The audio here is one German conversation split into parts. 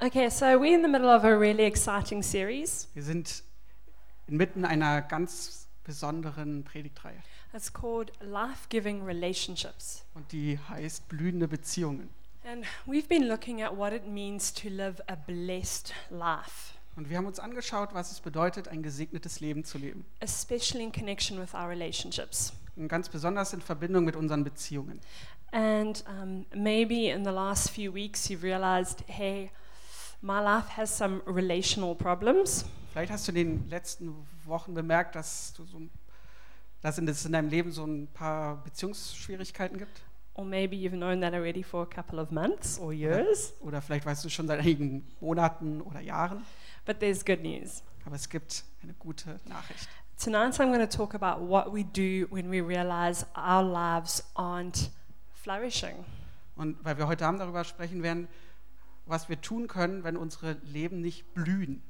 Okay, so we're in the middle of a really exciting series. Wir sind inmitten einer ganz besonderen Predigtreihe It's called Life Giving Relationships. und die heißt blühende Beziehungen. And we've been looking at what it means to live a blessed life, Und wir haben uns angeschaut, was es bedeutet, ein gesegnetes Leben zu leben. especially in connection with our relationships. Und ganz besonders in Verbindung mit unseren Beziehungen. And um, maybe in the last few weeks, you've realized hey, my life has some relational problems. Vielleicht hast du in den letzten Wochen bemerkt, dass, du so, ein- dass in- dass es in deinem Leben so ein paar Beziehungsschwierigkeiten gibt. Or maybe you've known that already for a couple of months or years. Oder vielleicht weißt du schon seit einigen Monaten oder Jahren. But there's good news. Aber es gibt eine gute Nachricht. Tonight, I'm going to talk about what we do when we realize our lives aren't flourishing. Und weil wir heute Abend darüber sprechen werden, was wir tun können, wenn unsere Leben nicht blühen.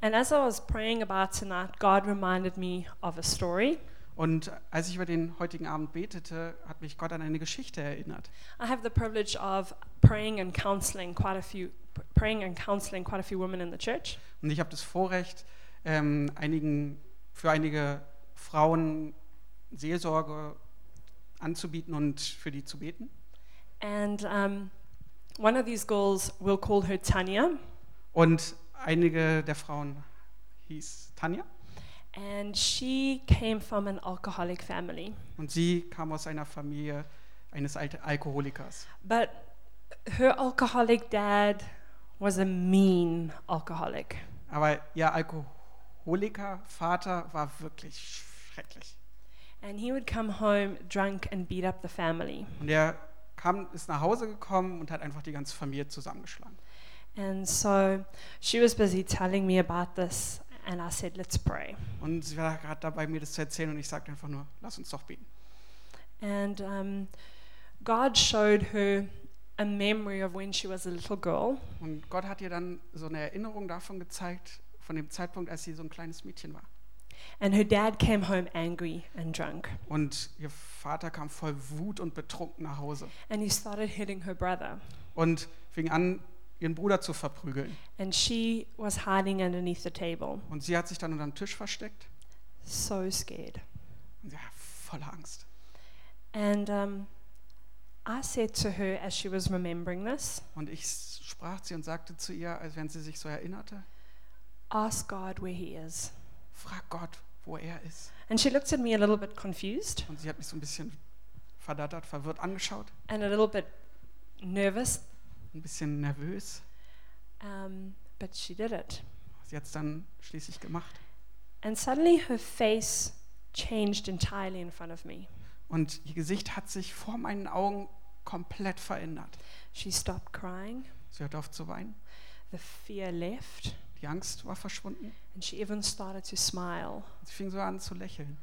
And as I was praying about tonight, God reminded me of a story. Und als ich über den heutigen Abend betete, hat mich Gott an eine Geschichte erinnert. I have the privilege of praying and counseling quite a few praying and counseling quite a few women in the church. Und ich habe das Vorrecht, ähm, einigen, für einige Frauen Seelsorge anzubieten und für die zu beten. And um, one of these girls, we'll call her Tanya, Und einige der Frauen hieß Tanja and she came from an alcoholic family. und sie kam aus einer Familie eines alten Alkoholikers. But her alcoholic dad was a mean alcoholic. Aber ihr Alkoholikervater war wirklich schrecklich. And he would come home drunk and beat up the family. Und er kam, ist nach Hause gekommen und hat einfach die ganze Familie zusammengeschlagen. And so she was busy telling me about this, and I said, Let's pray. Und sie war gerade dabei, mir das zu erzählen und ich sagte einfach nur, lass uns doch beten. And um, God showed her a memory of when she was a little girl. Und Gott hat ihr dann so eine Erinnerung davon gezeigt, von dem Zeitpunkt, als sie so ein kleines Mädchen war. And her dad came home angry and drunk. Und ihr Vater kam voll Wut und betrunken nach Hause And he started hitting her brother. und fing an, ihren Bruder zu verprügeln. And she was hiding underneath the table, Und sie hat sich dann unter dem Tisch versteckt so scared. und sie war voller Angst. And um, I said to her as she was remembering this, Und ich sprach sie und sagte zu ihr, als wenn sie sich so erinnerte, Ask God where he is. frag Gott, wo er ist. And she looked at me a little bit confused Und sie hat mich so ein bisschen verdattert, verwirrt angeschaut, and a little bit nervous, ein bisschen nervös. um, but she did it. Sie hat es dann schließlich gemacht. And suddenly her face changed entirely in front of me. Und ihr Gesicht hat sich vor meinen Augen komplett verändert. She stopped crying, Sie hört auf zu weinen. the fear left, Die Angst war verschwunden. and she even started to smile. Sie fing so an zu lächeln.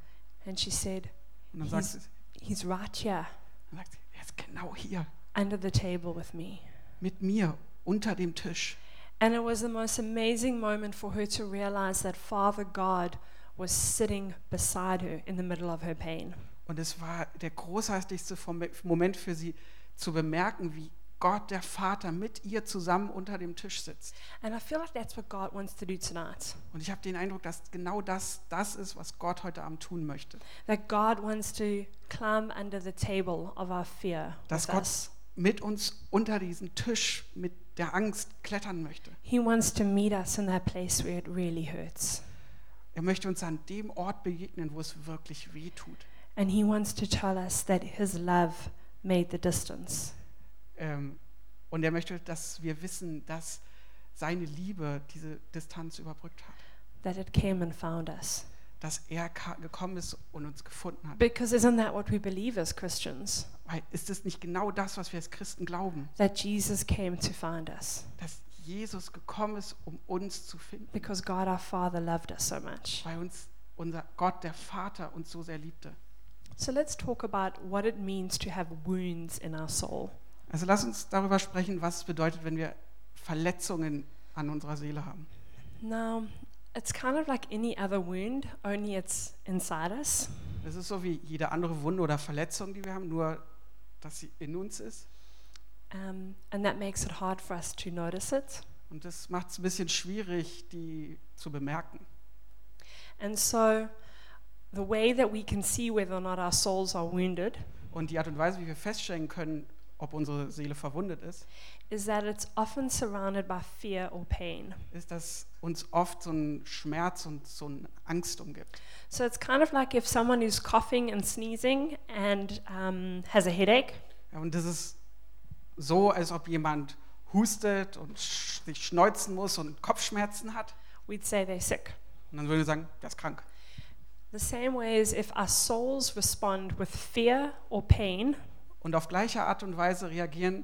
And she said, Und dann Hieß- sagt sie, He's right here, dann sagt sie, er ist genau hier, under the table with me. mit mir, unter dem Tisch. And it was the most amazing moment for her to realize that Father God was sitting beside her in the middle of her pain. Und es war der großartigste Vom- Moment für sie, zu bemerken, wie Gott, der Vater, mit ihr zusammen unter dem Tisch sitzt. And I feel like that's what God wants to do tonight. Und ich habe den Eindruck, dass genau das das ist, was Gott heute Abend tun möchte. That God wants to climb under the table of our fear. Dass with Gott us. mit uns unter diesen Tisch mit der Angst klettern möchte. He wants to meet us in that place where it really hurts. Er möchte uns an dem Ort begegnen, wo es wirklich weh tut. And He wants to tell us that His love made the distance. Ähm, und er möchte, dass wir wissen, dass seine Liebe diese Distanz überbrückt hat. That it came and found us. Dass er ka- gekommen ist und uns gefunden hat. Because isn't that what we believe as Christians? Weil ist es nicht genau das, was wir als Christen glauben? That Jesus came to find us. Dass Jesus gekommen ist, um uns zu finden. Because God our Father loved us so much. Weil uns unser Gott, der Vater, uns so sehr liebte. So let's talk about what it means to have wounds in our soul. Also lass uns darüber sprechen, was es bedeutet, wenn wir Verletzungen an unserer Seele haben. Now, it's kind of like any other wound, only it's inside us. Es ist so wie jede andere Wunde oder Verletzung, die wir haben, nur dass sie in uns ist. Um, and that makes it hard for us to notice it. Und das macht es ein bisschen schwierig, die zu bemerken. And so, the way that we can see whether or not our souls are wounded Und die Art und Weise, wie wir feststellen können, ob unsere Seele verwundet ist, is that it's often surrounded by fear or pain. ist, dass uns oft so ein Schmerz und so eine Angst umgibt. So it's kind of like if someone is coughing and sneezing and um, has a headache, Ja, und das ist so, als ob jemand hustet und sch sich schneuzen muss und Kopfschmerzen hat. we'd say they're sick. Und dann würden wir sagen, der ist krank. The same way as if our souls respond with fear or pain, Und auf gleiche Art und Weise reagieren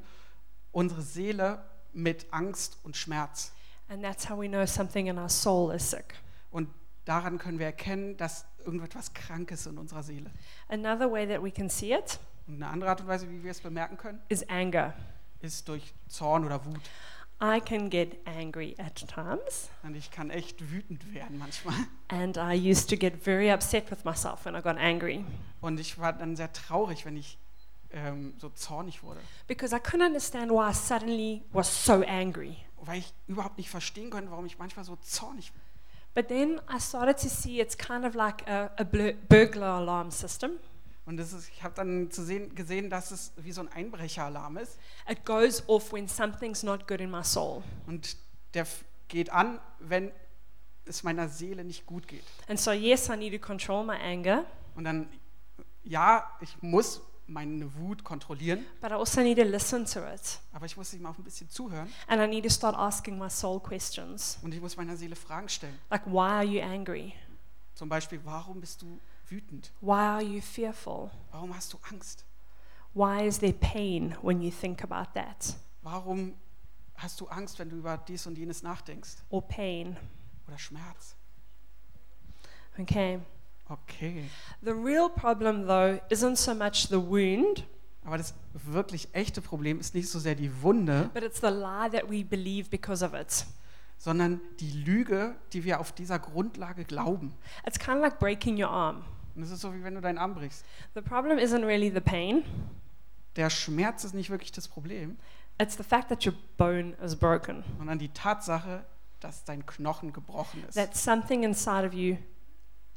unsere Seele mit Angst und Schmerz. and that's how we know something in our soul is sick. Und daran können wir erkennen, dass irgendetwas krank ist in unserer Seele. Another way that we can see it Und eine andere Art und Weise, wie wir es bemerken können, is anger. ist durch Zorn oder Wut. I can get angry at times, Und ich kann echt wütend werden manchmal. and I used to get very upset with myself when I got angry Und ich war dann sehr traurig, wenn ich ähm, so zornig wurde, because I couldn't understand why I suddenly was so angry. weil ich überhaupt nicht verstehen konnte, warum ich manchmal so zornig bin. But then I started to see it's kind of like a, a blur- burglar alarm system. Und das ist, ich habe dann zu sehen, gesehen, dass es wie so ein Einbrecheralarm ist. It goes off when something's not good in my soul. Und der f- geht an, wenn es meiner Seele nicht gut geht. And so, yes, I need to control my anger, Und dann, ja, ich muss meine Wut kontrollieren, but I also need to listen to it. aber ich muss ihm auch ein bisschen zuhören And I need to start asking my soul questions und ich muss meiner Seele Fragen stellen. like, why are you angry? Zum Beispiel, warum bist du wütend? Why are you fearful? Warum hast du Angst? Why is there pain when you think about that? Warum hast du Angst, wenn du über dies und jenes nachdenkst? Or pain. Oder Schmerz? Okay. Okay. The real problem, though, isn't so much the wound, Aber das wirklich echte Problem ist nicht so sehr die Wunde, but it's the lie that we believe because of it. sondern die Lüge, die wir auf dieser Grundlage glauben. It's kind of like breaking your arm. Und es ist so, wie wenn du deinen Arm brichst. The problem isn't really the pain, Der Schmerz ist nicht wirklich das Problem, it's the fact that your bone is broken, sondern die Tatsache, dass dein Knochen gebrochen ist. that something inside of you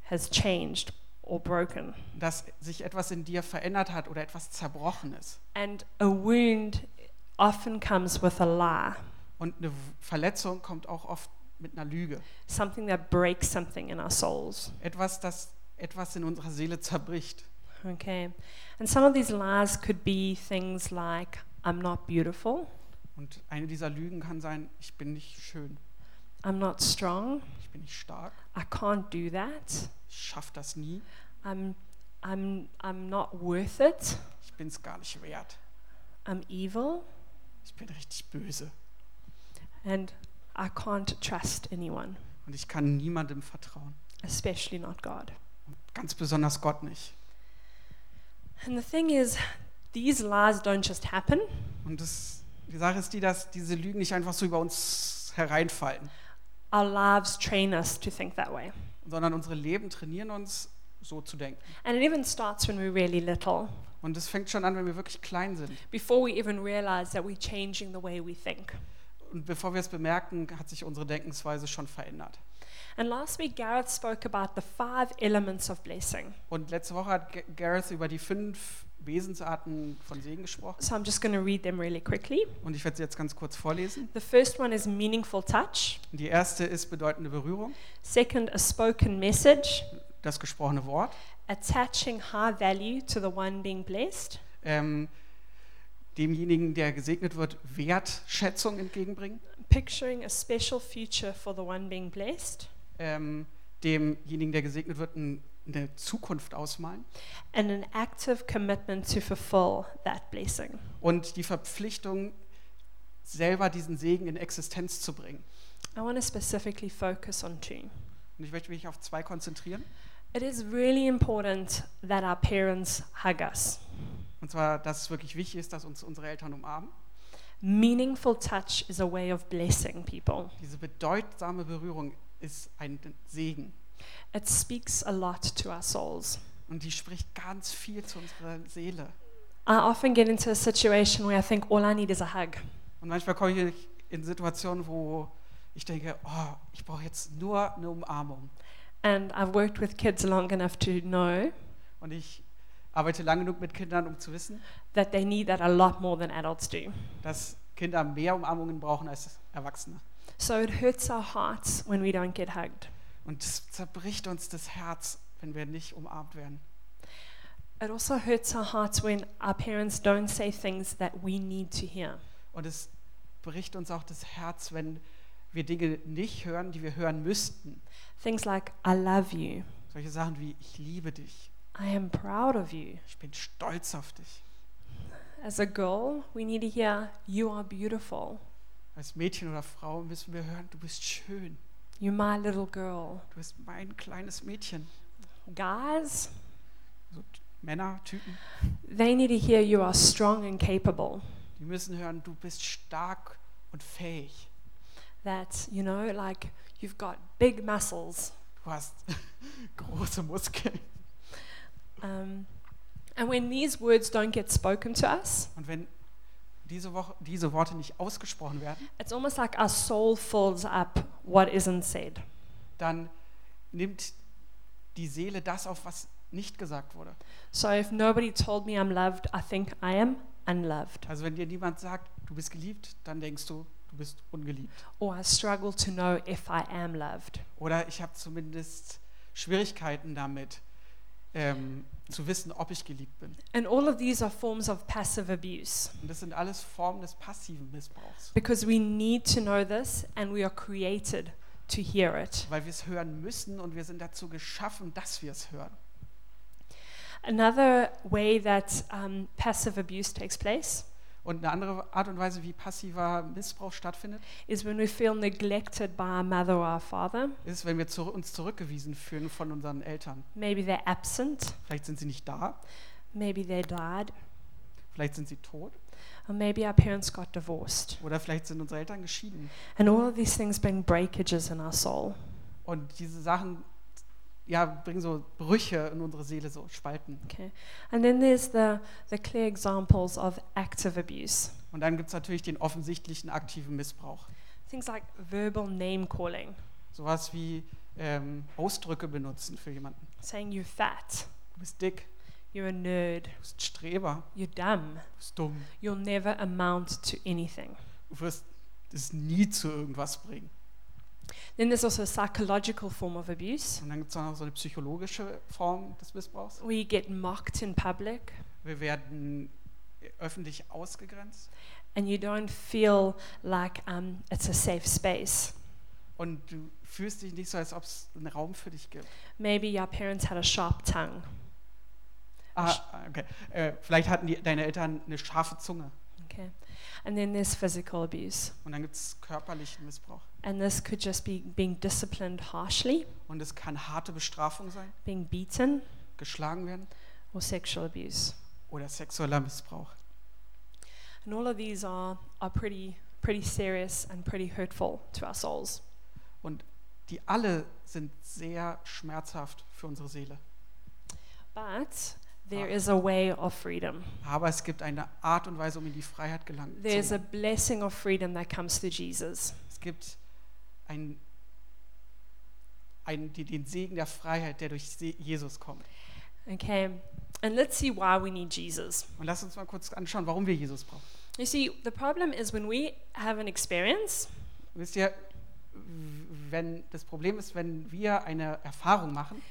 has changed or broken. dass sich etwas in dir verändert hat oder etwas zerbrochen ist. And a wound often comes with a lie, Und eine Verletzung kommt auch oft mit einer Lüge. something that breaks something in our souls. Etwas, das etwas in unserer Seele zerbricht. Okay. And some of these lies could be things like, I'm not beautiful, Und eine dieser Lügen kann sein, ich bin nicht schön, I'm not strong, ich bin nicht stark, I can't do that, ich schaffe das nie, I'm, I'm, I'm not worth it, ich bin es gar nicht wert, I'm evil. ich bin richtig böse And I can't trust anyone, und ich kann niemandem vertrauen. especially not God. Ganz besonders Gott nicht. And the thing is, these lies don't just happen. Und das, die Sache ist die, dass diese Lügen nicht einfach so über uns hereinfallen, Our lives train us to think that way. sondern unsere Leben trainieren uns, so zu denken. And it even starts when we're really little, Und das fängt schon an, wenn wir wirklich klein sind. before we even realize that we're changing the way we think. Und bevor wir es bemerken, hat sich unsere Denkensweise schon verändert. And last week, Gareth spoke about the five elements of blessing. Und letzte Woche hat G- Gareth über die fünf Wesensarten von Segen gesprochen. So I'm just going to read them really quickly. Und ich werde sie jetzt ganz kurz vorlesen. The first one is meaningful touch, Die erste ist bedeutende Berührung, second, a spoken message, das gesprochene Wort. attaching high value to the one being blessed. Ähm, demjenigen, der gesegnet wird, Wertschätzung entgegenbringen. picturing a special future for the one being blessed, Ähm, demjenigen, der gesegnet wird, ein, eine Zukunft ausmalen. and an active commitment to fulfill that blessing. Und die Verpflichtung, selber diesen Segen in Existenz zu bringen. I want to specifically focus on two. Und ich möchte mich auf zwei konzentrieren. It is really important that our parents hug us. Und zwar, dass es wirklich wichtig ist, dass uns unsere Eltern umarmen. Meaningful touch is a way of blessing people. Diese bedeutsame Berührung ist ein Segen. It speaks a lot to our souls. Und die spricht ganz viel zu unserer Seele. I often get into a situation where I think all I need is a hug. Und manchmal komme ich in Situationen, wo ich denke, oh, ich brauche jetzt nur eine Umarmung. And I've worked with kids long enough to know Und ich arbeite lang genug mit Kindern, um zu wissen, that they need that a lot more than adults do. dass Kinder mehr Umarmungen brauchen als Erwachsene. So it hurts our hearts when we don't get hugged. Und es zerbricht uns das Herz, wenn wir nicht umarmt werden. It also hurts our hearts when our parents don't say things that we need to hear. Und es bricht uns auch das Herz, wenn wir Dinge nicht hören, die wir hören müssten. Things like, I love you, Solche Sachen wie, ich liebe dich, I am proud of you. ich bin stolz auf dich. As a girl, we need to hear, You are beautiful, Als Mädchen oder Frau müssen wir hören, du bist schön, You're my little girl. du bist mein kleines Mädchen. Guys, So T- Männer, Typen, they need to hear, You are strong and capable. die müssen hören, du bist stark und fähig. That, you know, like you've got big muscles. Du hast große Muskeln. Um, and when these words don't get spoken to us, Und wenn diese, Woche, diese Worte nicht ausgesprochen werden, it's almost like our soul fills up what isn't said. dann nimmt die Seele das auf, was nicht gesagt wurde. So if nobody told me I'm loved, I think I am unloved. Also wenn dir niemand sagt, du bist geliebt, dann denkst du, du bist ungeliebt. Or I struggle to know if I am loved. Oder ich habe zumindest Schwierigkeiten damit, ähm, zu wissen, ob ich geliebt bin. And all of these are forms of passive abuse Und das sind alles Formen des passiven Missbrauchs, because we need to know this and we are created to hear it. weil wir es hören müssen und wir sind dazu geschaffen, dass wir es hören. Another way that um, passive abuse takes place Und eine andere Art und Weise, wie passiver Missbrauch stattfindet, is when we feel neglected by our mother or our father. ist, wenn wir zurück- uns zurückgewiesen fühlen von unseren Eltern. Maybe they're absent, Vielleicht sind sie nicht da, maybe they died, vielleicht sind sie tot or maybe our parents got divorced. oder vielleicht sind unsere Eltern geschieden. And all of these things bring breakages in our soul. Und diese Sachen ja, bringen so Brüche in unsere Seele, so Spalten. Okay. And then there's the, the clear examples of active abuse. Und dann gibt es natürlich den offensichtlichen aktiven Missbrauch. Things like verbal name calling, Sowas wie ähm, Ausdrücke benutzen für jemanden. saying you're fat, Du bist dick, you're a nerd, du bist Streber, you're dumb, du bist dumm. you'll never amount to anything. Du wirst es nie zu irgendwas bringen. Then there's also a psychological form of abuse. Und dann gibt es noch so eine psychologische Form des Missbrauchs. We get mocked in public Wir werden öffentlich ausgegrenzt. and you don't feel like um, it's a safe space. Und du fühlst dich nicht so, als ob es einen Raum für dich gibt. Maybe your parents had a sharp tongue. Ah, okay. Äh, vielleicht hatten die, deine Eltern eine scharfe Zunge. Okay. And then there's physical abuse. Und dann gibt es körperlichen Missbrauch. And this could just be being disciplined harshly, Und es kann harte Bestrafung sein, being beaten, geschlagen werden or sexual abuse. oder sexueller Missbrauch. And all of these are, are pretty, pretty serious and pretty hurtful to our souls. Und die alle sind sehr schmerzhaft für unsere Seele. But there is a way of freedom. Aber es gibt eine Art und Weise, um in die Freiheit gelangen zu There's a gelangen. blessing of freedom that comes through Jesus. Es gibt ein, ein, die, den Segen der Freiheit, der durch Se- Jesus kommt. Okay, and let's see why we need Jesus. Und lass uns mal kurz anschauen, warum wir Jesus brauchen. You see, the problem is when we have an experience, Wisst ihr, w- wenn das Problem ist, wenn wir eine Erfahrung machen,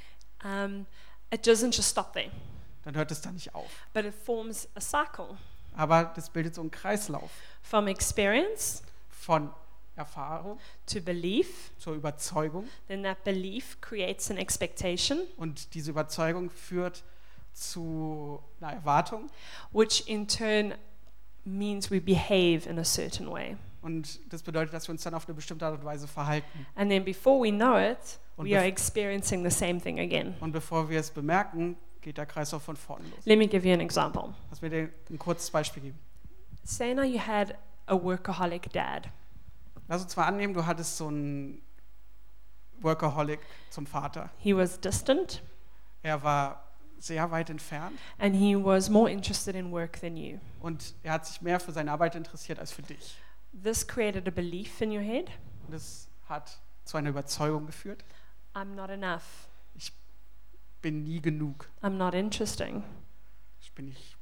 um, it doesn't just stop there, dann hört es da nicht auf. but it forms a cycle Aber das bildet so einen Kreislauf from experience von Erfahrung to belief. zur Überzeugung Then that belief creates an expectation, und diese Überzeugung führt zu einer Erwartung which in turn means we behave in a certain way. und das bedeutet, dass wir uns dann auf eine bestimmte Art und Weise verhalten. And then before we know it, Und we are bef- experiencing the same thing again. Und bevor wir es bemerken, geht der Kreislauf von vorne los. Let me give you an example. Lass mir dir ein kurzes Beispiel geben. Say now you had a workaholic dad. Lass uns mal annehmen, du hattest so einen Workaholic zum Vater. He was distant Er war sehr weit entfernt. and he was more interested in work than you. Und er hat sich mehr für seine Arbeit interessiert als für dich. This created a belief in your head Das hat zu einer Überzeugung geführt. I'm not enough. Bin nie genug. I'm not interesting. Ich bin nicht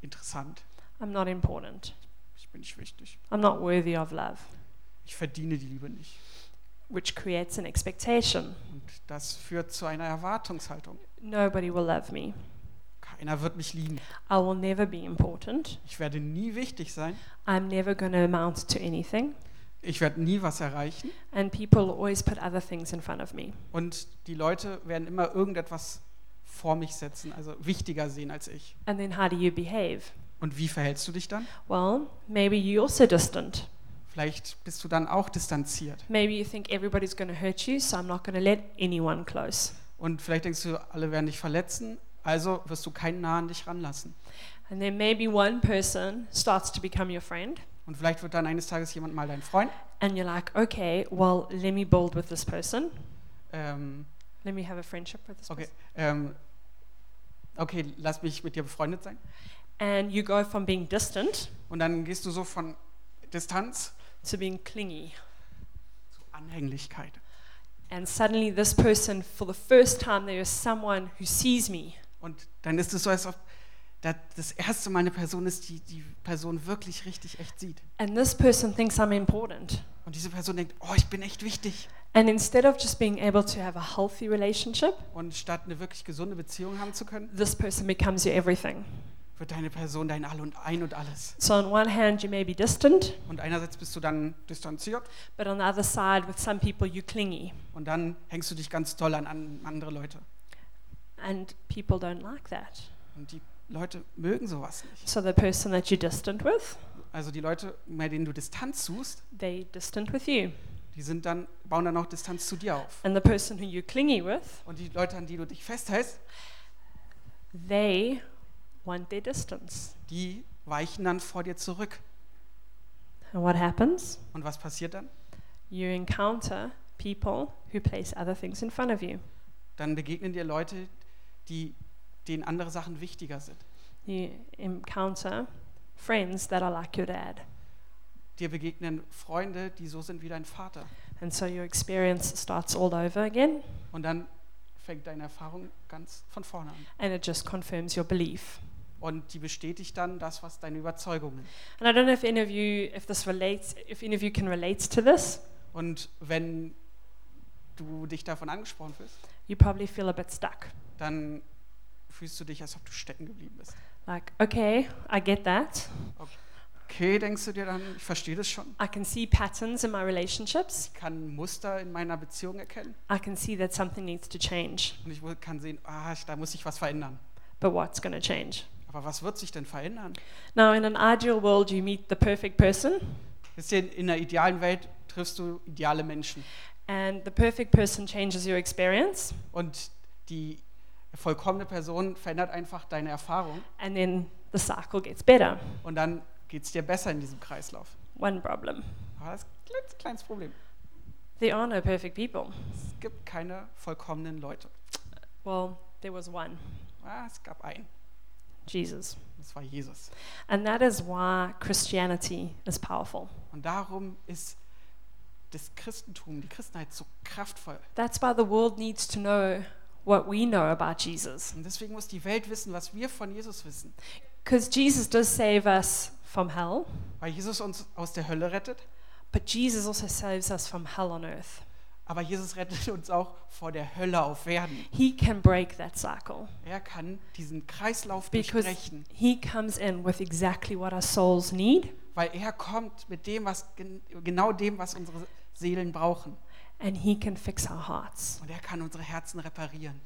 interessant. I'm not important. Ich bin nicht wichtig. I'm not worthy of love, Ich verdiene die Liebe nicht. which creates an expectation. Und das führt zu einer Erwartungshaltung. Nobody will love me. Keiner wird mich lieben. I will never be important. Ich werde nie wichtig sein. I'm never going to amount to anything. Ich werde nie was erreichen. And people always put other things in front of me. Und die Leute werden immer irgendetwas vor mich setzen, also wichtiger sehen als ich. And then how do you behave? Und wie verhältst du dich dann? Well, maybe you're also distant. Vielleicht bist du dann auch distanziert. Maybe you think everybody's going to hurt you, so I'm not going to let anyone close. Und vielleicht denkst du, alle werden dich verletzen, also wirst du keinen nah an dich ranlassen. And then maybe one person starts to become your friend, Und vielleicht wird dann eines Tages jemand mal dein Freund. and you're like, okay, well, let me build with this person. Ähm, Let me have a friendship with this okay, person. ähm, okay, lass mich mit dir befreundet sein. And you go from being distant Und dann gehst du so von Distanz to being clingy. zu Anhänglichkeit. And suddenly, this person, for the first time, there is someone who sees me. Und dann ist es so, als ob da das erste Mal eine Person ist, die die Person wirklich richtig echt sieht. And this person thinks I'm important. Und diese Person denkt, oh, ich bin echt wichtig. And instead of just being able to have a healthy relationship, Und statt eine wirklich gesunde Beziehung haben zu können, this person becomes your everything. wird deine Person dein All und Ein und Alles. So, on one hand, you may be distant, Und einerseits bist du dann distanziert but on the other side, with some people, you're clingy. und dann hängst du dich ganz toll an, an andere Leute. And people don't like that. Und die Leute mögen sowas nicht. So, the person that you're distant with, Also die Leute, bei denen du Distanz suchst, they distant with you. die sind dann, bauen dann auch Distanz zu dir auf. And the person who you're clingy with, Und die Leute, an die du dich festhältst, they want their distance. die weichen dann vor dir zurück. And what happens? Und was passiert dann? You encounter people who place other things in front of you. Dann begegnen dir Leute, die, denen andere Sachen wichtiger sind. You encounter friends that are like your dad. Dir begegnen Freunde, die so sind wie dein Vater. And so your experience starts all over again, Und dann fängt deine Erfahrung ganz von vorne an. and it just confirms your belief. Und die bestätigt dann das, was deine Überzeugungen. And I don't know if any of you, if this relates, if any of you can relate to this, Und wenn du dich davon angesprochen fühlst, you probably feel a bit stuck. dann fühlst du dich, als ob du stecken geblieben bist. Like, okay, I get that. Okay, denkst du dir dann, ich verstehe das schon. I can see patterns in my relationships. Ich kann Muster in meiner Beziehung erkennen I can see that something needs to change. und ich kann sehen, ah, da muss sich was verändern. But what's going to change? Aber was wird sich denn verändern? Now, in an ideal world, you meet the perfect person, Wisst ihr, in der idealen Welt triffst du ideale Menschen and the perfect person changes your experience, und die vollkommene Person verändert einfach deine Erfahrung and then the cycle gets better. und dann geht es dir besser in diesem Kreislauf. One problem Aber das ist ein kleines, kleines Problem. there are no perfect people. Es gibt keine vollkommenen Leute. Well, there was one, Ah, es gab einen, Jesus. das war Jesus. And that is why Christianity is powerful. Und darum ist das Christentum, die Christenheit so kraftvoll. That's why the world needs to know what we know about Jesus. Und deswegen muss die Welt wissen, was wir von Jesus wissen. Because Jesus does save us from hell, Weil Jesus uns aus der Hölle rettet, but Jesus also saves us from hell on earth. aber Jesus rettet uns auch vor der Hölle auf Erden. He can break that cycle Er kann diesen Kreislauf because durchbrechen, he comes in with exactly what our souls need weil er kommt mit dem, was gen genau dem, was unsere Seelen brauchen. and he can fix our hearts. Und er kann unsere Herzen reparieren.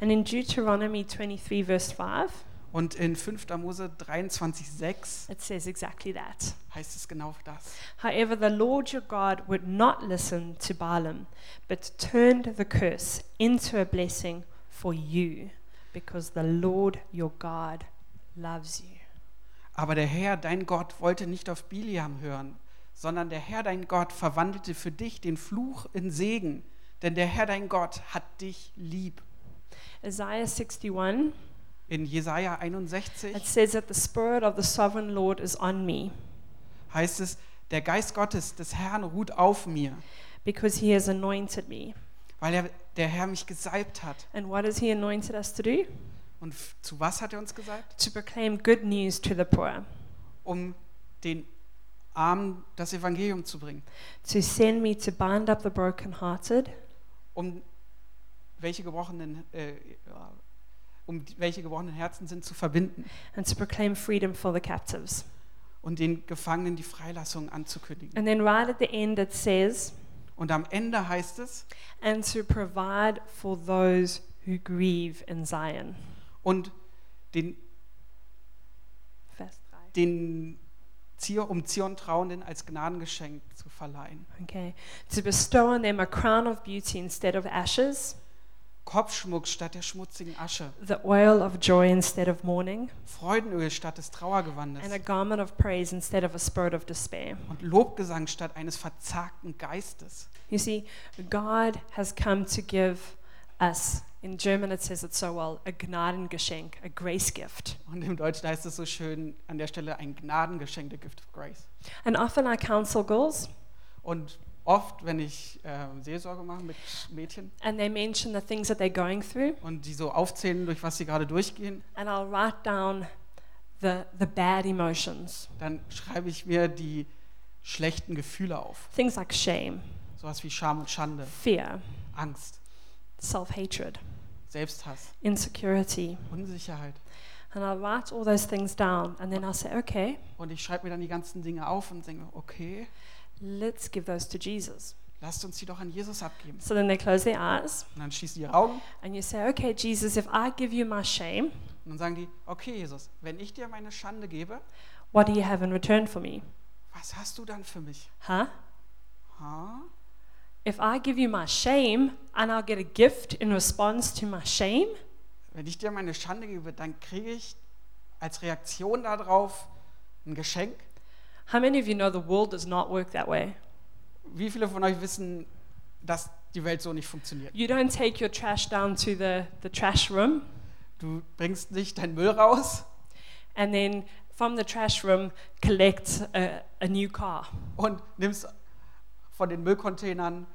And in Deuteronomy 23, verse 5, Und in 5. Mose 23,6 it says exactly that. heißt es genau das. However, the Lord your God would not listen to Balaam, but turned the curse into a blessing for you, because the Lord your God loves you. Aber der Herr, dein Gott, wollte nicht auf Biliam hören, sondern der Herr, dein Gott, verwandelte für dich den Fluch in Segen, denn der Herr, dein Gott, hat dich lieb. Isaiah 61, In Jesaja it 61 says that the Spirit of the Sovereign Lord is on me heißt es, Der Geist Gottes des Herrn ruht auf mir, because he has anointed me. weil er, der Herr mich gesalbt hat. And what has he anointed us to do? Und f- zu was hat er uns gesalbt? To proclaim good news to the poor, Um den Armen das Evangelium zu bringen. to send me to bind up the brokenhearted, Um welche gebrochenen, äh, ja, um die- welche gebrochenen Herzen sind, zu verbinden. and to proclaim freedom for the captives. Und den Gefangenen die Freilassung anzukündigen. And then right at the end it says, Und am Ende heißt es, and to provide for those who grieve in Zion. und den, Vers drei. den Zier, um Zion Trauenden als Gnadengeschenk zu verleihen. Okay. To bestow on them a crown of beauty instead of ashes, Kopfschmuck statt der schmutzigen Asche, the oil of joy instead of mourning, Freudenöl statt des and a Trauergewandes garment of praise instead of a spirit of despair. und Lobgesang statt eines verzagten Geistes. You see, God has come to give us, in German it says it so well, a Gnadengeschenk, a grace gift. Und im Deutschen heißt es so schön an der Stelle ein Gnadengeschenk, der Gift of Grace. And often I counsel girls, Und oft, wenn ich äh, Seelsorge mache mit Mädchen and they mention the things that they're going through, und die so aufzählen, durch was sie gerade durchgehen, and I'll write down the, the bad emotions, dann schreibe ich mir die schlechten Gefühle auf. things like shame, Sowas wie Scham und Schande, fear, Angst, self hatred, Selbsthass, insecurity. Unsicherheit. And I'll write all those things down, and then I'll say, okay, Und ich schreibe mir dann die ganzen Dinge auf und denke, okay, let's give those to Jesus. lasst uns die doch an Jesus abgeben. So then they close their eyes, Und dann schließen die ihre Augen and you say, okay, Jesus, if I give you my shame, und dann sagen die, okay Jesus, wenn ich dir meine Schande gebe, what do you have in return for me? was hast du dann für mich? Huh? Ha? If I give you my shame and I'll get a gift in response to my shame, Wenn ich dir meine Schande gebe, dann kriege ich als Reaktion darauf ein Geschenk. how many of you know the world does not work that way? Wie viele von euch wissen, dass die Welt so nicht funktioniert? You don't take your trash down to the, the trash room Du bringst nicht deinen Müll raus and then from the trash room collect a, a new car und nimmst von den Müllcontainern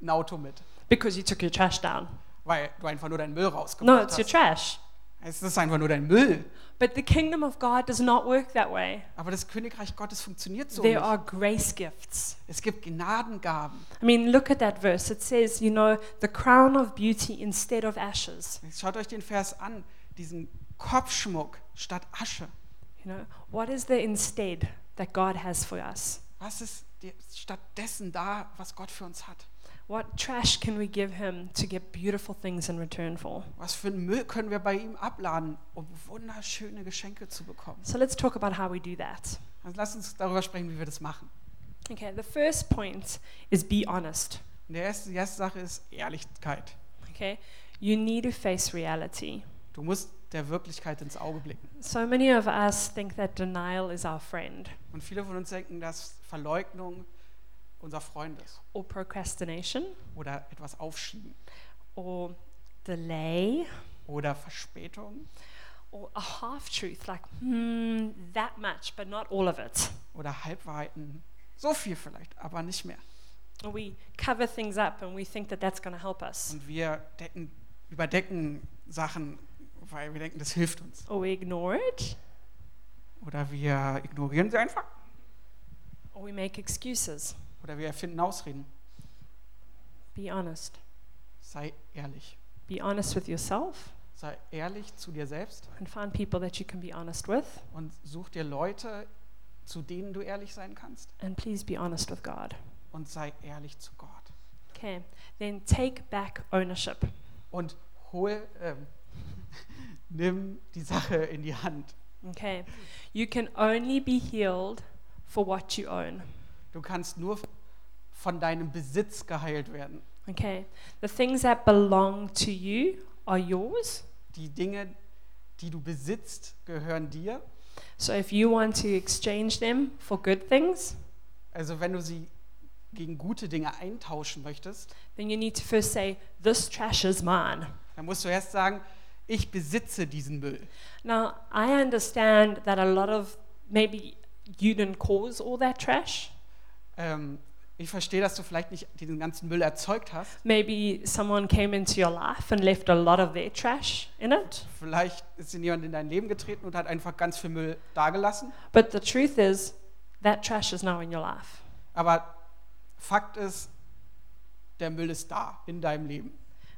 ein Auto mit, because you took your trash down. weil du einfach nur deinen Müll No, rausgebracht it's your hast. trash. Es ist einfach nur dein Müll. But the kingdom of God does not work that way. Aber das Königreich Gottes funktioniert so There nicht. are grace gifts. Es gibt Gnadengaben. I mean, look at that verse. It says, you know, the crown of beauty instead of ashes. Jetzt schaut euch den Vers an, diesen Kopfschmuck statt Asche. You know, what is the instead that God has for us? Was ist dir stattdessen da, was Gott für uns hat? What trash can we give him to get beautiful things in return for? Was für einen Müll können wir bei ihm abladen, um wunderschöne Geschenke zu bekommen? So let's talk about how we do that. Also lasst uns darüber sprechen, wie wir das machen. Okay, the first point is be honest. Und die erste, die erste Sache ist Ehrlichkeit. Okay? You need to face reality. Du musst der Wirklichkeit ins Auge blicken. So many of us think that denial is our friend Und viele von uns denken, dass Verleugnung unser Freund ist or procrastination oder etwas aufschieben or delay oder Verspätung or a half truth like hmm that much but not all of it. oder Halbwahrheiten. So viel vielleicht, aber nicht mehr. And We cover things up and we think that that's going to help us Und wir decken, überdecken Sachen, weil wir denken, das hilft uns. or we ignore it Oder wir ignorieren sie einfach. or we make excuses. Oder wir erfinden Ausreden. Be honest. Sei ehrlich. Be honest with yourself Sei ehrlich zu dir selbst and find people that you can be honest with. und such dir Leute, zu denen du ehrlich sein kannst. And please be honest with God. Und sei ehrlich zu Gott. Okay, then take back ownership. Und hol, ähm, nimm die Sache in die Hand. Okay, you can only be healed for what you own. Du kannst nur von deinem Besitz geheilt werden. Okay, the things that belong to you are yours. Die Dinge, die du besitzt, gehören dir. So if you want to exchange them for good things, Also wenn du sie gegen gute Dinge eintauschen möchtest, then you need to first say, This trash is mine. dann musst du erst sagen, ich besitze diesen Müll. Now, I understand that a lot of maybe you didn't cause all that trash, Ähm, ich verstehe, dass du vielleicht nicht diesen ganzen Müll erzeugt hast. Maybe someone came into your life and left a lot of their trash in it. Vielleicht ist jemand in dein Leben getreten und hat einfach ganz viel Müll dagelassen. But the truth is, that trash is now in your life. Aber Fakt ist, der Müll ist da in deinem Leben.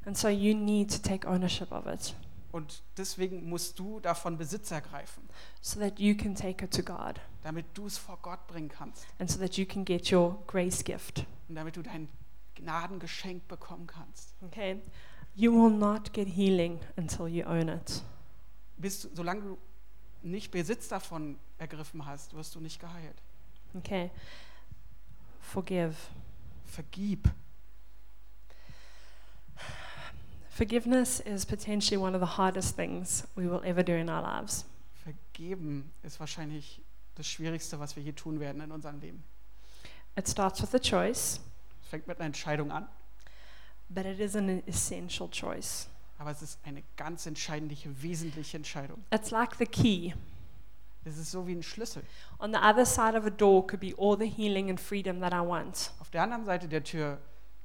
And so you need to take ownership of it Und deswegen musst du davon Besitz ergreifen, so that you can take it to God damit du es vor Gott bringen kannst and so that you can get your grace gift. und damit du dein Gnadengeschenk bekommen kannst. Okay? You will not get healing until you own it. Bist, du- solange du nicht Besitz davon ergriffen hast, wirst du nicht geheilt. Okay? Forgive. Vergib. Forgiveness is potentially one of the hardest things we will ever do in our lives. Vergeben ist wahrscheinlich das Schwierigste, was wir hier tun werden in unserem Leben. It starts with a choice, Es fängt mit einer Entscheidung an, but it is an essential choice. aber es ist eine ganz entscheidende, wesentliche Entscheidung. It's like the key. Es ist so wie ein Schlüssel. On the other side of a door could be all the healing and freedom that I want. Auf der anderen Seite der Tür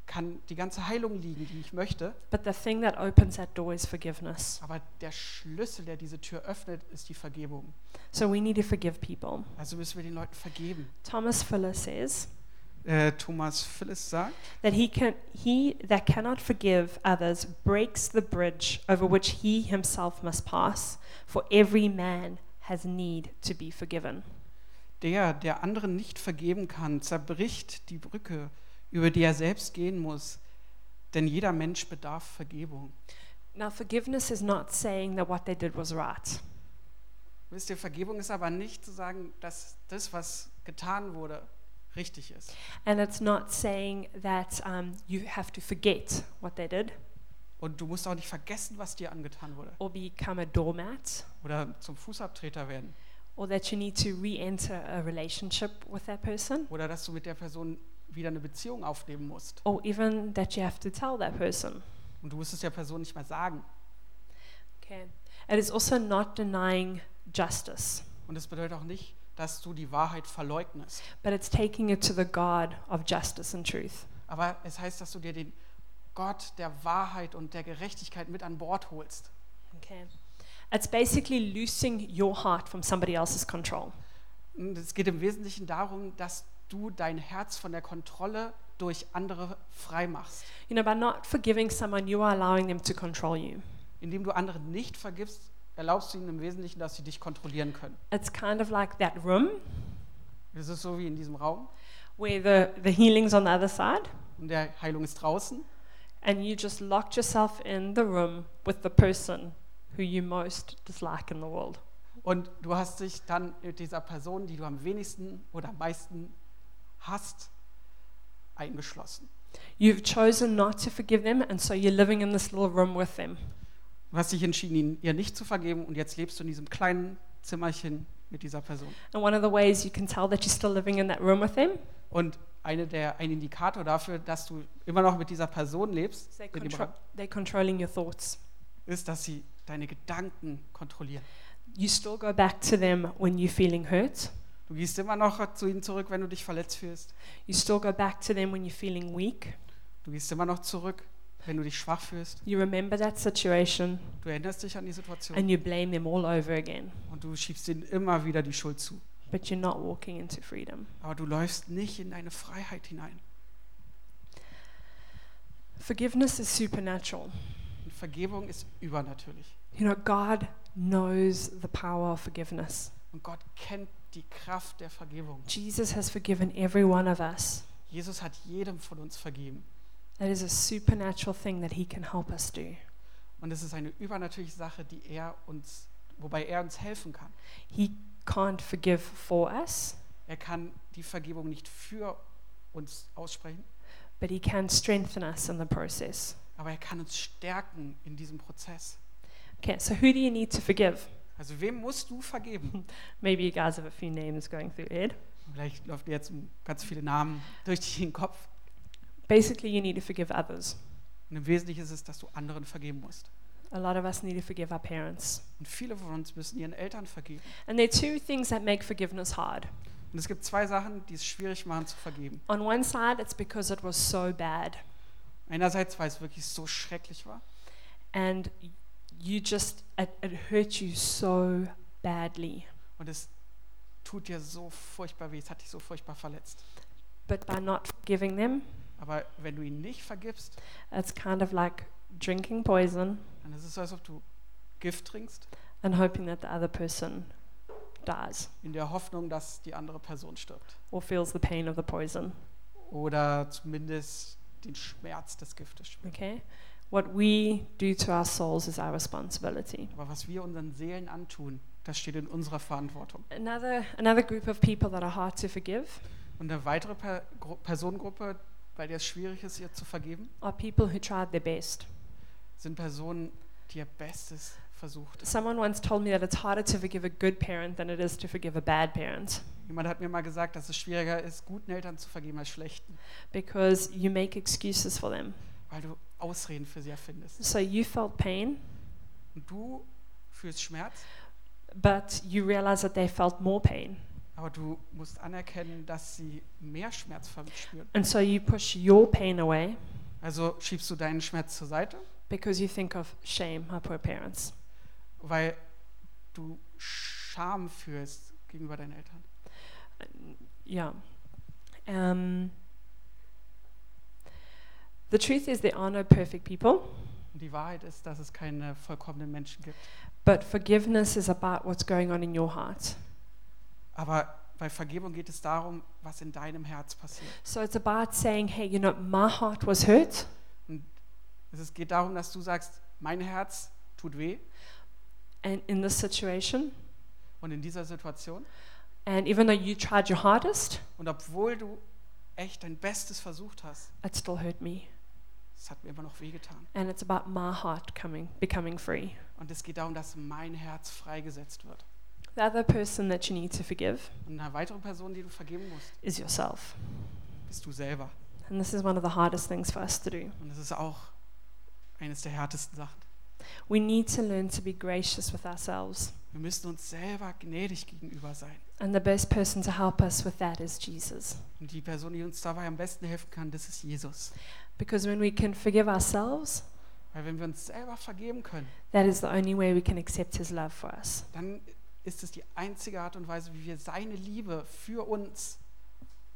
kann die ganze Heilung liegen, die ich möchte, But the thing that opens that door is forgiveness. aber der Schlüssel, der diese Tür öffnet, ist die Vergebung. So we need to forgive people. Also müssen wir den Leuten vergeben. Thomas Fuller says Äh, Thomas Phillips sagt, that he can he that cannot forgive others breaks the bridge over which he himself must pass, for every man has need to be forgiven. der, der anderen nicht vergeben kann, zerbricht die Brücke, über die er selbst gehen muss, denn jeder Mensch bedarf Vergebung. Now forgiveness is not saying that what they did was right. Wisst ihr, Vergebung ist aber nicht zu sagen, dass das, was getan wurde, richtig ist. And it's not saying that um, you have to forget what they did Und du musst auch nicht vergessen, was dir angetan wurde. or become a doormat Oder zum Fußabtreter werden. or that you need to re enter a relationship with that person Oder dass du mit der Person wieder eine Beziehung aufnehmen musst. or even that you have to tell that person. Und du musst es der Person nicht mal sagen. Okay. It is also not denying justice, Und es bedeutet auch nicht, dass du die Wahrheit verleugnest. but it's taking it to the God of justice and truth. Aber es heißt, dass du dir den Gott der Wahrheit und der Gerechtigkeit mit an Bord holst. Okay. It's basically loosing your heart from somebody else's control. Und es geht im Wesentlichen darum, dass du dein Herz von der Kontrolle durch andere frei machst. You know, by not forgiving someone, you are allowing them to control you. Indem du anderen nicht vergibst, erlaubst du ihnen im Wesentlichen, dass sie dich kontrollieren können. It's kind of like that room Es ist so wie in diesem Raum where the, the healing's on the other side, und der Heilung ist draußen and you just locked yourself in the room with the person who you most dislike in the world. und du hast dich dann mit dieser Person, die du am wenigsten oder am meisten hasst, eingeschlossen. You've chosen not to forgive them, and so you're living in this little room with them. Du hast dich entschieden, ihn, ihr nicht zu vergeben und jetzt lebst du in diesem kleinen Zimmerchen mit dieser Person. And one of the ways you can tell that you're still living in that room with them Und eine der, ein Indikator dafür, dass du immer noch mit dieser Person is lebst, they in dem contro- Raum, they're controlling your thoughts. ist, dass sie deine Gedanken kontrollieren. You still go back to them when you're feeling hurt. Du gehst immer noch zu ihnen zurück, wenn du dich verletzt fühlst. You still go back to them when you're feeling weak. Du gehst immer noch zurück, wenn du dich schwach fühlst. You remember that situation Du erinnerst dich an die Situation and you blame them all over again, und du schiebst ihnen immer wieder die Schuld zu. but you're not walking into freedom. Aber du läufst nicht in deine Freiheit hinein. Forgiveness is supernatural. Und Vergebung ist übernatürlich. You know, God knows the power of forgiveness. Und Gott kennt die Kraft der Vergebung. Jesus has forgiven every one of us. Jesus hat jedem von uns vergeben. That is a supernatural thing that He can help us do. Und es ist eine übernatürliche Sache, die er uns, wobei er uns helfen kann. He can't forgive for us, Er kann die Vergebung nicht für uns aussprechen, but He can strengthen us in the process. aber er kann uns stärken in diesem Prozess. Okay, so who do you need to forgive? Also wem musst du vergeben? Maybe you guys have a few names going through your head. Vielleicht läuft dir jetzt ganz viele Namen durch den Kopf. Basically, you need to forgive others. Und im Wesentlichen ist es, dass du anderen vergeben musst. A lot of us need to forgive our parents. Und viele von uns müssen ihren Eltern vergeben. And there are two things that make forgiveness hard. Und es gibt zwei Sachen, die es schwierig machen zu vergeben. On one side, it's because it was so bad, Einerseits, weil es wirklich so schrecklich war. and you just, it, it hurt you so badly. Und es tut dir so furchtbar weh, es hat dich so furchtbar verletzt. But by not forgiving them, Aber wenn du ihn nicht vergibst, it's kind of like drinking poison dann ist es so, als ob du Gift trinkst, and hoping that the other person dies in der Hoffnung, dass die andere Person stirbt. or feels the pain of the poison. Oder zumindest den Schmerz des Giftes spürt. Okay? What we do to our souls is our responsibility. Aber was wir unseren Seelen antun, das steht in unserer Verantwortung. Another, another group of people that are hard to forgive Und eine weitere per Gru Personengruppe, bei der es schwierig ist, ihr zu vergeben, are people who tried their best. sind Personen, die ihr Bestes versucht. Someone once told me that it's harder to forgive a good parent than it is to forgive a bad parent Jemand hat mir mal gesagt, dass es schwieriger ist, guten Eltern zu vergeben als schlechten, because you make excuses for them. weil du Ausreden für sie erfindest. So you felt pain, Und du fühlst Schmerz, but you realize that they felt more pain. aber du musst anerkennen, dass sie mehr Schmerz verspüren. And so you push your pain away Also schiebst du deinen Schmerz zur Seite, because you think of shame, our poor parents. weil du Scham fühlst gegenüber deinen Eltern. Yeah. Um, the truth is, there are no perfect people, Und die Wahrheit ist, dass es keine vollkommenen Menschen gibt. but forgiveness is about what's going on in your heart. Aber bei Vergebung geht es darum, was in deinem Herz passiert. So it's about saying, hey, you know, my heart was hurt, Es geht darum, dass du sagst, mein Herz tut weh and in this situation, und in dieser Situation. and even though you tried your hardest, Und obwohl du echt dein Bestes versucht hast, it still hurt me. es hat mir immer noch wehgetan. And it's about my heart coming, becoming free. Und es geht darum, dass mein Herz freigesetzt wird. The other person that you need to forgive Und eine weitere Person, die du vergeben musst, is yourself. bist du selber. And this is one of the hardest things for us to do. Und das ist auch eines der härtesten Sachen. We need to learn to be gracious with ourselves. Wir müssen uns selber gnädig gegenüber sein. And the best person to help us with that is Jesus. Und die Person, die uns dabei am besten helfen kann, das ist Jesus. Because when we can forgive ourselves, Weil wenn wir uns selber vergeben können, that is the only way we can accept his love for us. dann ist es die einzige Art und Weise, wie wir seine Liebe für uns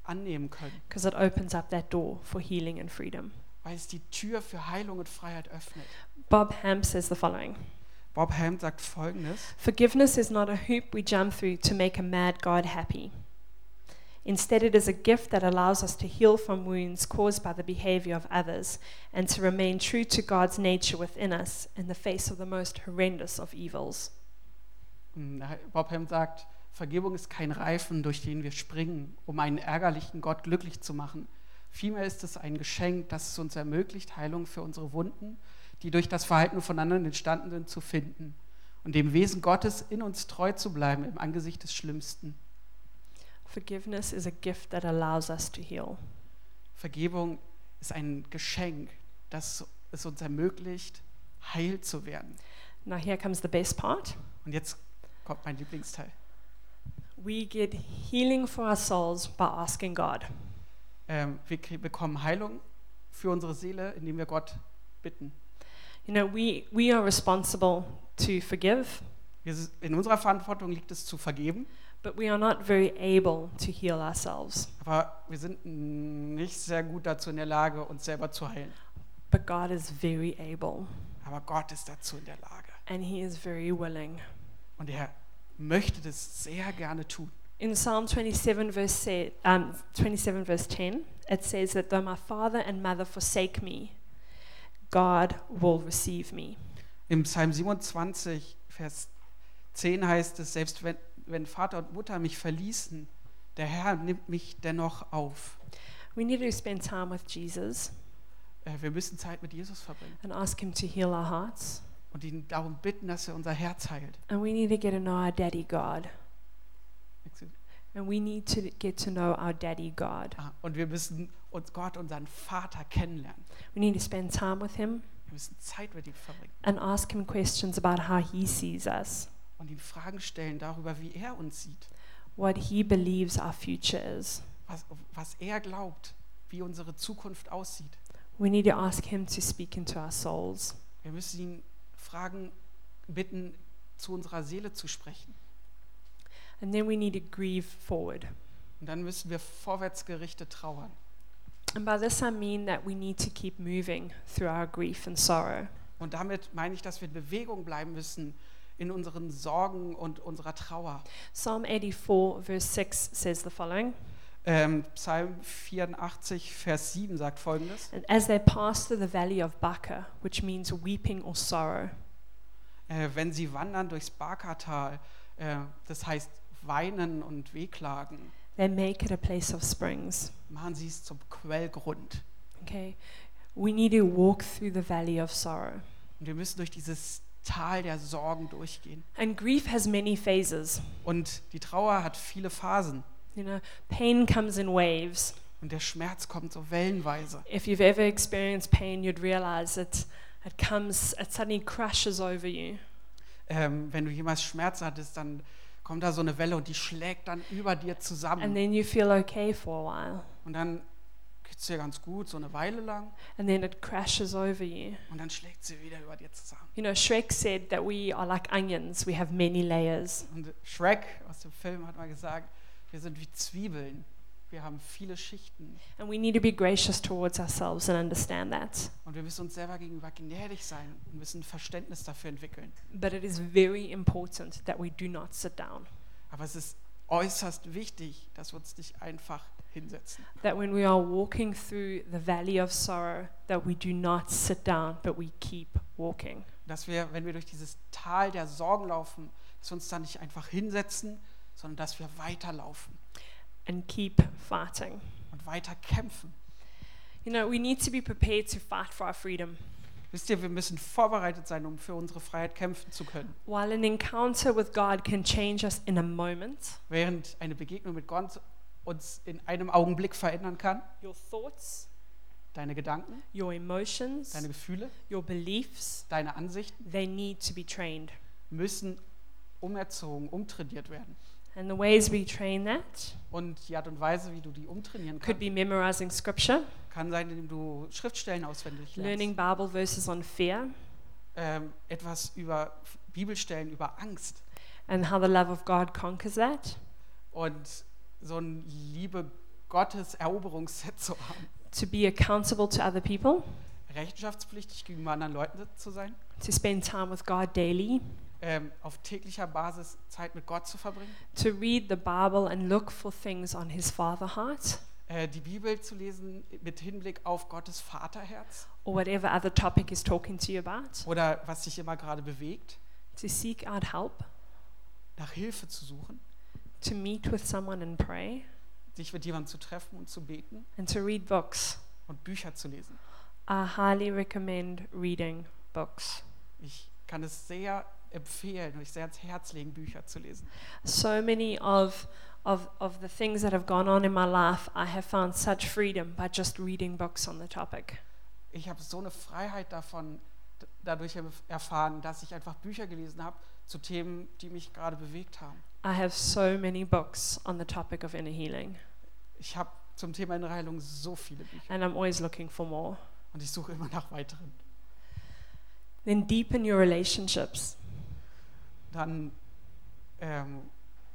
annehmen können, Because it opens up that door for healing and freedom. weil es die Tür für Heilung und Freiheit öffnet. Bob Ham says the following Bob Helm sagt folgendes: Forgiveness is not a hoop we jump through to make a mad God happy. Instead, it is a gift that allows us to heal from wounds caused by the behavior of others and to remain true to God's nature within us in the face of the most horrendous of evils. Hm, Bob Helm sagt, Vergebung ist kein Reifen, durch den wir springen, um einen ärgerlichen Gott glücklich zu machen. Vielmehr ist es ein Geschenk, das es uns ermöglicht, Heilung für unsere Wunden, die durch das Verhalten von anderen entstanden sind, zu finden und dem Wesen Gottes in uns treu zu bleiben im Angesicht des Schlimmsten. Forgiveness is a gift that allows us to heal. Vergebung ist ein Geschenk, das es uns ermöglicht, heil zu werden. Now, here comes the best part. Und jetzt kommt mein Lieblingsteil. We get healing for our souls by asking God. Ähm, wir krie- bekommen Heilung für unsere Seele, indem wir Gott bitten. You know, we, we are responsible to forgive, Wir s- In unserer Verantwortung liegt es zu vergeben, but we are not very able to heal ourselves. aber wir sind mm, nicht sehr gut dazu in der Lage, uns selber zu heilen. But God is very able, Aber Gott ist dazu in der Lage. and He is very willing. Und er möchte das sehr gerne tun. In Psalm 27 verse, se- um, 27, verse 10, it says that though my father and mother forsake me, God will receive me. Im Psalm 27, Vers 10 heißt es, selbst wenn, wenn Vater und Mutter mich verließen, der Herr nimmt mich dennoch auf. We need to spend time with Jesus Äh, Wir müssen Zeit mit Jesus verbringen and ask Him to heal our hearts. und ihn darum bitten, dass er unser Herz heilt. And we need to get to know our daddy God. And we need to get to know our daddy God. Ah, Und wir müssen uns Gott, unseren Vater, kennenlernen. We need to spend time with Him Wir müssen Zeit mit ihm verbringen and ask Him questions about how He sees us, und ihm Fragen stellen darüber, wie er uns sieht. what he believes our future is. was, was er glaubt, wie unsere Zukunft aussieht. We need to ask him to speak into our souls. Wir müssen ihn fragen, bitten, zu unserer Seele zu sprechen. And then we need to grieve forward. Und dann müssen wir vorwärtsgerichtet trauern. And by this I mean that we need to keep moving through our grief and sorrow. Und damit meine ich, dass wir in Bewegung bleiben müssen in unseren Sorgen und unserer Trauer. Psalm 84, verse 6 says the following Ähm, Psalm 84, Vers 7 sagt folgendes. And as they pass through the valley of Baca, which means weeping or sorrow, Äh, wenn sie wandern durchs Barkatal, äh, das heißt weinen und wehklagen, they make it a place of springs. machen sie es zum Quellgrund. Okay? We need to walk through the valley of sorrow. Und wir müssen durch dieses Tal der Sorgen durchgehen. And grief has many phases. Und die Trauer hat viele Phasen. You know, pain comes in waves. Und der Schmerz kommt so wellenweise. If you've ever experienced pain, you'd realize it, it comes, it suddenly crashes over you. Ähm, wenn du jemals Schmerz hattest, dann kommt da so eine Welle und die schlägt dann über dir And zusammen. then you feel okay for a while. Und dann geht es dir ganz gut, so eine Weile lang. And then it crashes over you. Und dann schlägt sie wieder über dir zusammen. You know, Shrek said that we are like onions, we have many layers. Und Shrek aus dem Film hat mal gesagt, wir sind wie Zwiebeln. Wir haben viele Schichten. And we need to be gracious towards ourselves and understand that. Und wir müssen uns selber gegenüber gnädig sein und müssen Verständnis dafür entwickeln. But it is very important that we do not sit down. Aber es ist äußerst wichtig, dass wir uns nicht einfach hinsetzen. That when we are walking through the valley of sorrow, that we do not sit down, but we keep walking. Dass wir, wenn wir durch dieses Tal der Sorgen laufen, dass wir uns da nicht einfach hinsetzen, sondern dass wir weiterlaufen and keep fighting. und weiter kämpfen. You know, we need to be prepared to fight for our freedom. Wisst ihr, wir müssen vorbereitet sein, um für unsere Freiheit kämpfen zu können. While an encounter with God can change us in a moment, Während eine Begegnung mit Gott uns in einem Augenblick verändern kann, your thoughts, deine Gedanken, your emotions, deine Gefühle, your beliefs, deine Ansichten they need to be trained. müssen umerzogen, umtrainiert werden. And the ways we train that Und die Art und Weise, wie du die umtrainieren could kannst, be memorizing scripture, kann sein, indem du Schriftstellen auswendig learning lernst, Bible verses on fear, ähm, etwas über Bibelstellen, über Angst and how the love of God conquers that, und so ein Liebe Gottes Eroberungsset zu haben, to be accountable to other people, rechenschaftspflichtig gegenüber anderen Leuten zu sein, to spend time with God daily, ähm, auf täglicher Basis Zeit mit Gott zu verbringen, to read the Bible and look for things on His Father heart. äh, die Bibel zu lesen mit Hinblick auf Gottes Vaterherz or whatever other topic is talking to you about, oder was dich immer gerade bewegt, to seek out help, nach Hilfe zu suchen, to meet with someone and pray, dich mit jemandem zu treffen und zu beten and to read books. und Bücher zu lesen. I highly recommend reading books. Ich kann es sehr empfehlen und ich sehr ans Herz legen, Bücher zu lesen. So many of of, of the things that have gone on in my life, I have found such freedom by just reading books on the topic. Ich habe so eine Freiheit davon, d- dadurch erf- erfahren, dass ich einfach Bücher gelesen habe zu Themen, die mich gerade bewegt haben. I have so many books on the topic of inner healing, Ich habe zum Thema innere Heilung so viele Bücher and I'm always looking for more. und ich suche immer nach weiteren. Then deepen your relationships. Dann ähm,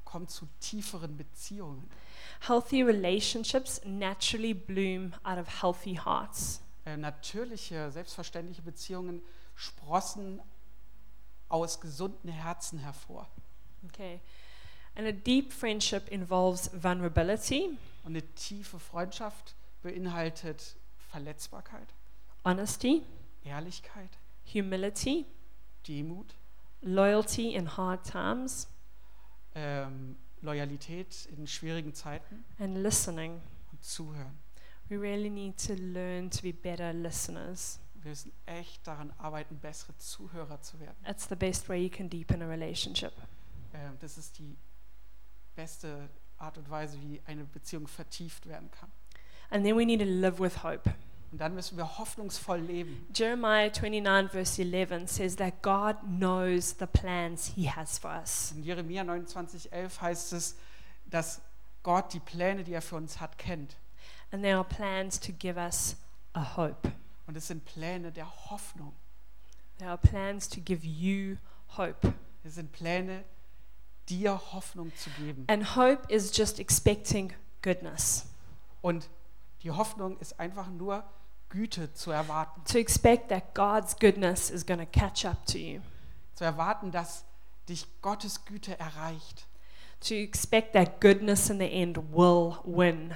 kommt zu tieferen Beziehungen. Healthy relationships naturally bloom out of healthy hearts. Äh, natürliche, selbstverständliche Beziehungen sprossen aus gesunden Herzen hervor. Okay. And a deep friendship involves vulnerability, Und eine tiefe Freundschaft beinhaltet Verletzbarkeit, honesty, Ehrlichkeit, humility, Demut, loyalty in hard times, ähm, Loyalität in schwierigen Zeiten and listening. und Zuhören. We really need to learn to be better listeners. Wir müssen echt daran arbeiten, bessere Zuhörer zu werden. That's the best way you can deepen a relationship. Ähm, das ist die beste Art und Weise, wie eine Beziehung vertieft werden kann. And then we need to live with hope. Und dann müssen wir hoffnungsvoll leben. Jeremiah 29, verse 11 says that God knows the plans he has for us. In Jeremia 29,11 heißt es, dass Gott die Pläne, die er für uns hat, kennt. And there are plans to give us a hope. Und es sind Pläne der Hoffnung. There are plans to give you hope. Es sind Pläne, dir Hoffnung zu geben. And hope is just expecting goodness. Und die Hoffnung ist einfach nur Güte zu erwarten. To expect that God's goodness is going to catch up to you. Zu erwarten, dass dich Gottes Güte erreicht. To expect that goodness in the end will win.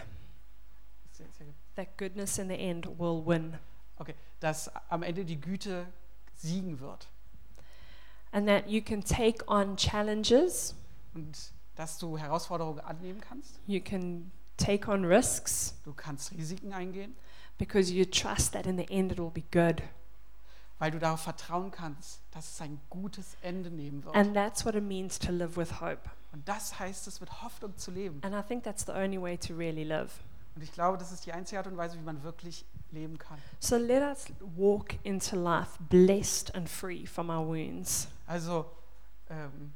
That goodness in the end will win. Okay, dass am Ende die Güte siegen wird. And that you can take on challenges, Und dass du Herausforderungen annehmen kannst. you can take on risks, Du kannst Risiken eingehen, because you trust that in the end it will be good. weil du darauf vertrauen kannst, dass es ein gutes Ende nehmen wird. And that's what it means to live with hope. Und das heißt es, mit Hoffnung zu leben. And I think that's the only way to really live. Und ich glaube, das ist die einzige Art und Weise, wie man wirklich leben kann. So let us walk into life blessed and free from our wounds. Also ähm,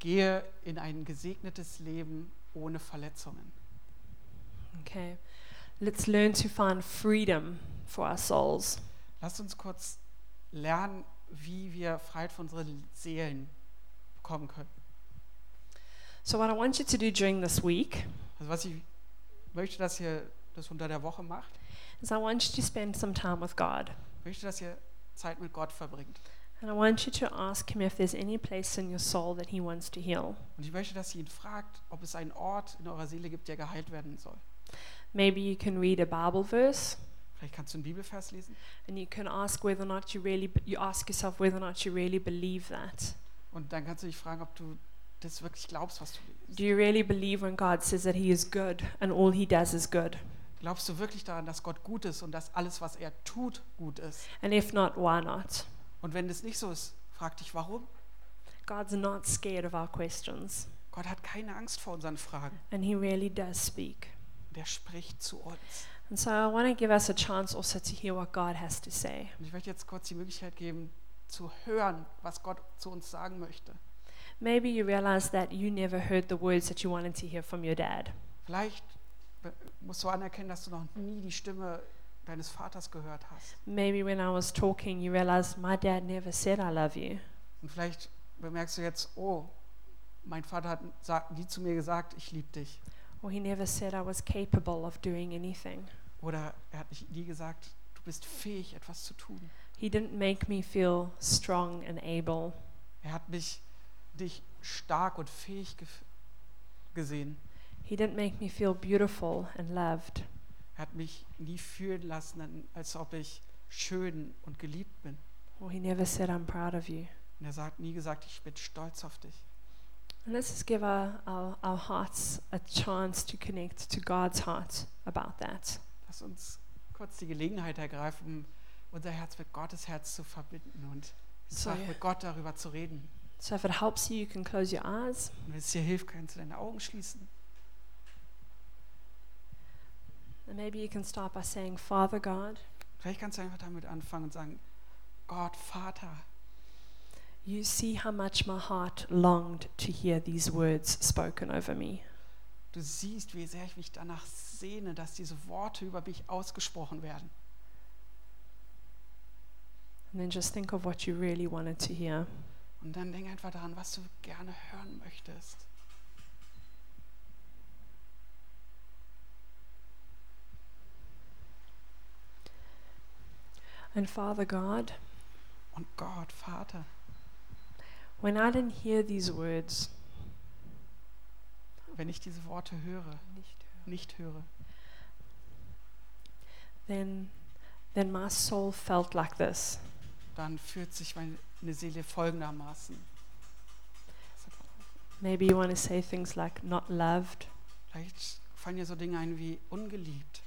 gehe in ein gesegnetes Leben ohne Verletzungen. Okay. Let's learn to find freedom for our souls. Lasst uns kurz lernen, wie wir Freiheit für unsere Seelen bekommen können. So, what I want you to do during this week Also was ich möchte, dass ihr das unter der Woche macht, is I want you to spend some time with God. Ich möchte, dass ihr Zeit mit Gott verbringt. And I want you to ask Him if there's any place in your soul that He wants to heal. Und ich möchte, dass ihr ihn fragt, ob es einen Ort in eurer Seele gibt, der geheilt werden soll. Maybe you can read a Bible verse Vielleicht kannst du einen Bibelvers lesen and you can ask whether or not you really, you ask yourself whether or not you really believe that. und dann kannst du dich fragen, ob du das wirklich glaubst, was du liest. Do you really believe when God says that He is good and all He does is good? Glaubst du wirklich daran, dass Gott gut ist und dass alles, was er tut, gut ist? And if not, why not? Und wenn das nicht so ist, frag dich, warum? God's not scared of our questions, Gott hat keine Angst vor unseren Fragen. and He really does speak. Der spricht zu uns. And so I want to give us a chance also to hear what God has to say. Und ich möchte jetzt kurz die Möglichkeit geben, zu hören, was Gott zu uns sagen möchte. Maybe you realize that you never heard the words that you wanted to hear from your dad. Vielleicht be- musst du anerkennen, dass du noch nie die Stimme deines Vaters gehört hast. Maybe when I was talking, you realized my dad never said I love you. Und vielleicht bemerkst du jetzt, oh, mein Vater hat sa- nie zu mir gesagt, ich liebe dich. Or he never said I was capable of doing anything. Oder er hat nicht- nie gesagt, du bist fähig, etwas zu tun. He didn't make me feel strong and able. Er hat mich, dich stark und fähig gef- gesehen. He didn't make me feel beautiful and loved. Er hat mich nie fühlen lassen, an- als ob ich schön und geliebt bin. Or he never said I'm proud of you. Und er hat nie gesagt, ich bin stolz auf dich. And let's just give our, our, our hearts a chance to connect to God's heart about that. Lass uns kurz die Gelegenheit ergreifen, unser Herz mit Gottes Herz zu verbinden und So, einfach ja. mit Gott darüber zu reden. So if it helps you, you can close your eyes. Und wenn es dir hilft, kannst du deine Augen schließen. And maybe you can start by saying, Father God, Vielleicht kannst du einfach damit anfangen und sagen, Gott, Vater, you see how much my heart longed to hear these words spoken over me. du siehst, wie sehr ich mich danach sehne, dass diese Worte über mich ausgesprochen werden. And then just think of what you really wanted to hear. Und dann denk einfach daran, was du gerne hören möchtest. And Father God, Und Gott, Vater, when I didn't hear these words, wenn ich diese Worte höre, nicht höre, then, then my soul felt like this dann fühlt sich meine Seele folgendermaßen. Maybe you want to say things like not loved, Vielleicht fallen dir so Dinge ein wie ungeliebt,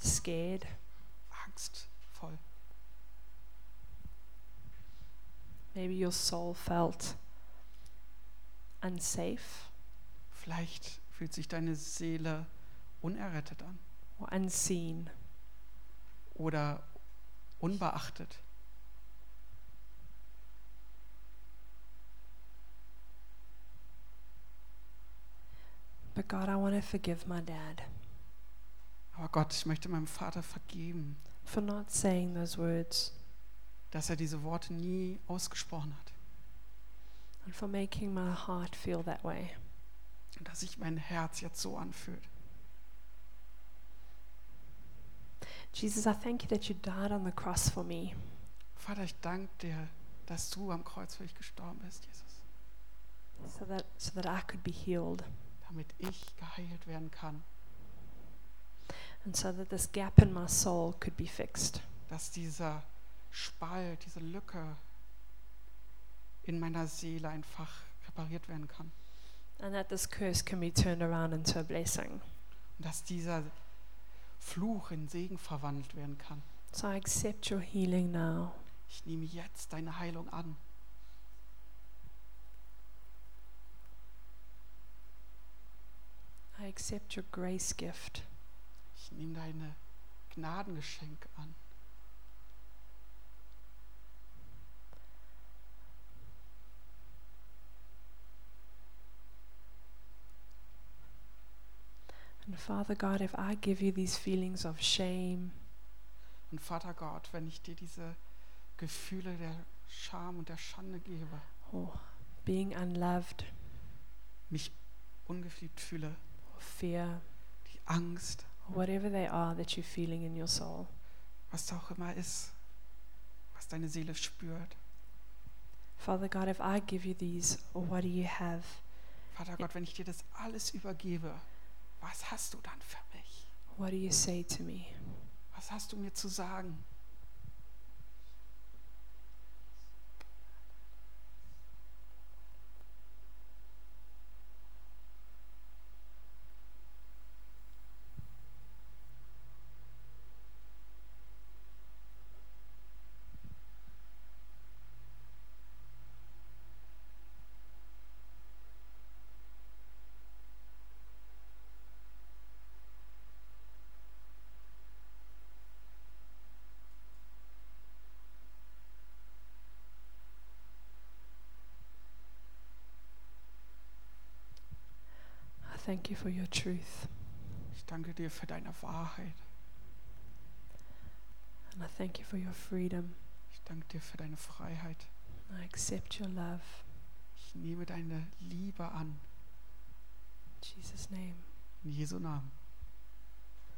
scared, angstvoll. maybe your soul felt unsafe Vielleicht fühlt sich deine Seele unerrettet an or unseen. oder unbeachtet. But God, I want to forgive my dad Aber Gott, ich möchte meinem Vater vergeben, for not saying those words dass er diese Worte nie ausgesprochen hat. and for making my heart feel that way. Und dass sich mein Herz jetzt so anfühlt. Jesus, I thank you that you died on the cross for me. Vater, ich danke dir, dass du am Kreuz für mich gestorben bist, Jesus. so that so that I could be healed Damit ich geheilt werden kann. and so that this gap in my soul could be fixed. Dass dieser Spalt, diese Lücke in meiner Seele einfach repariert werden kann. And that this curse can be turned around into a blessing. Und dass dieser Fluch in Segen verwandelt werden kann. So I accept your healing now. Ich nehme jetzt deine Heilung an. I accept your grace gift. Ich nehme deine Gnadengeschenk an. And Father God, if I give you these feelings of shame Und Vater Gott, wenn ich dir diese Gefühle der Scham und der Schande gebe, or being unloved mich ungeliebt fühle, or fear die Angst, or whatever they are that you're feeling in your soul, was da auch immer ist, was deine Seele spürt. Father God, if I give you these, what do you have? Vater Gott, wenn ich dir das alles übergebe, was hast du dann für mich? What do you say to me? Was hast du mir zu sagen? I thank you for your truth. Ich danke dir für deine Wahrheit. And I thank you for your freedom. Ich danke dir für deine Freiheit. I accept your love. Ich nehme deine Liebe an. In Jesus' name. In Jesu Namen.